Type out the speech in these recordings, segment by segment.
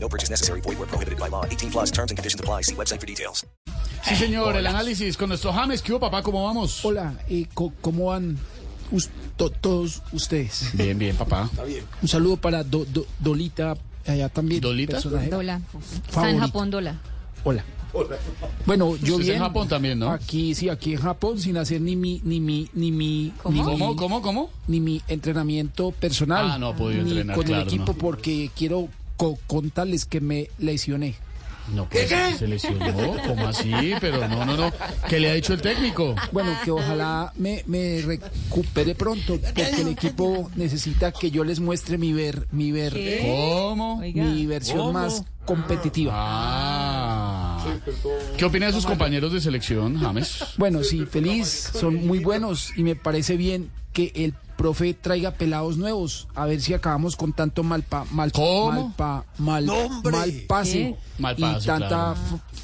No purchase necessary. Void where prohibited by law. 18 plus terms and conditions apply. See website for details. Sí, señor, el análisis con nuestro James. ¿Qué hubo, papá? ¿Cómo vamos? Hola, eh, co- ¿cómo van us- to- todos ustedes? Bien, bien, papá. Un saludo para Do- Do- Dolita, allá también. ¿Dolita? personaje Dola. Está en favorito. Japón, Dola. Hola. Bueno, yo Usted está bien. en Japón también, ¿no? Aquí, sí, aquí en Japón, sin hacer ni mi, ni mi, ni mi, ¿Cómo? ni mi- ¿Cómo, cómo, cómo? ni mi entrenamiento personal. Ah, no ha podido ni entrenar, con claro, el equipo no. porque quiero co- contarles que me lesioné. No, pues, se lesionó. ¿Cómo así? Pero no, no, no. ¿Qué le ha dicho el técnico? Bueno, que ojalá me, me recupere pronto, porque el equipo necesita que yo les muestre mi ver, mi ver, ¿Eh? ¿Cómo? mi versión más competitiva. Ah. ¿Qué opina de sus compañeros de selección, James? Bueno, sí, feliz, son muy buenos y me parece bien que el profe traiga pelados nuevos, a ver si acabamos con tanto mal pa, mal, ¿Cómo? mal, pa- mal, mal pase Mal y pase, tanta claro. f-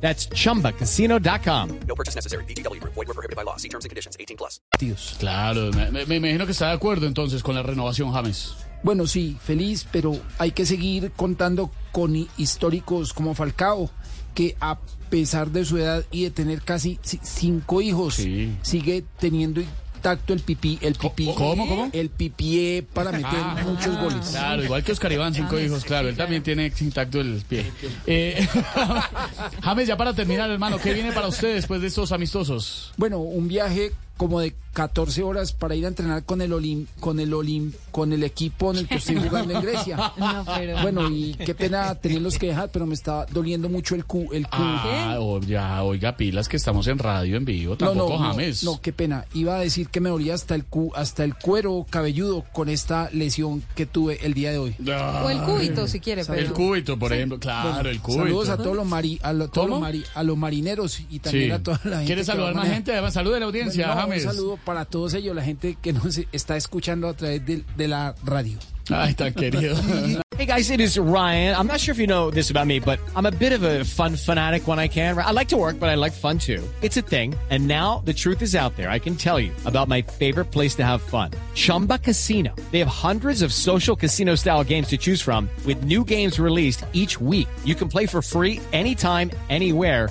That's chumbacasino.com. No purchase necessary. VGW Group. Void were prohibited by law. See terms and conditions. 18 plus. Claro, me, me- me imagino que está de acuerdo entonces con la renovación, James. Bueno, sí, feliz, pero hay que seguir contando con hi- históricos como Falcao, que a pesar de su edad y de tener casi ci- cinco hijos, Sí. sigue teniendo intacto el pipí, el pipí. cómo, cómo? Ah. El pipié para meter muchos goles. Claro, igual que Oscar Iván, cinco hijos, claro. Él también tiene intacto el pie. Eh, James, ya para terminar, hermano, ¿qué viene para usted después de estos amistosos? Bueno, un viaje como de 14 horas para ir a entrenar con el Olim, con el Olim, con el equipo en el que estoy jugando en Grecia. No, pero... Bueno, y qué pena tenerlos que dejar, pero me está doliendo mucho el cu, el cu. Ah, o- ya, oiga, pilas que estamos en radio en vivo, No, tampoco no, no, James. no, qué pena. Iba a decir que me dolía hasta el cu, hasta el cuero cabelludo con esta lesión que tuve el día de hoy. O el cúbito, si quiere, pero... El cúbito, por ejemplo, claro, el cúbito. Saludos a todos los mari, a, lo- todos los ¿Cómo? mari- a los marineros y también Sí. a toda la gente. ¿Quieres que va saludar más manejando. gente? Además, salude a la audiencia, Bueno, no, un James. saludo para todos ellos, la gente que nos está escuchando a través de, de la radio. Ay, tan querido. Hey guys, it is Ryan. I'm not sure if you know this about me, but I'm a bit of a fun fanatic when I can. I like to work, but I like fun too. It's a thing. And now the truth is out there. I can tell you about my favorite place to have fun Chumba Casino. They have hundreds of social casino style games to choose from, with new games released each week. You can play for free anytime, anywhere.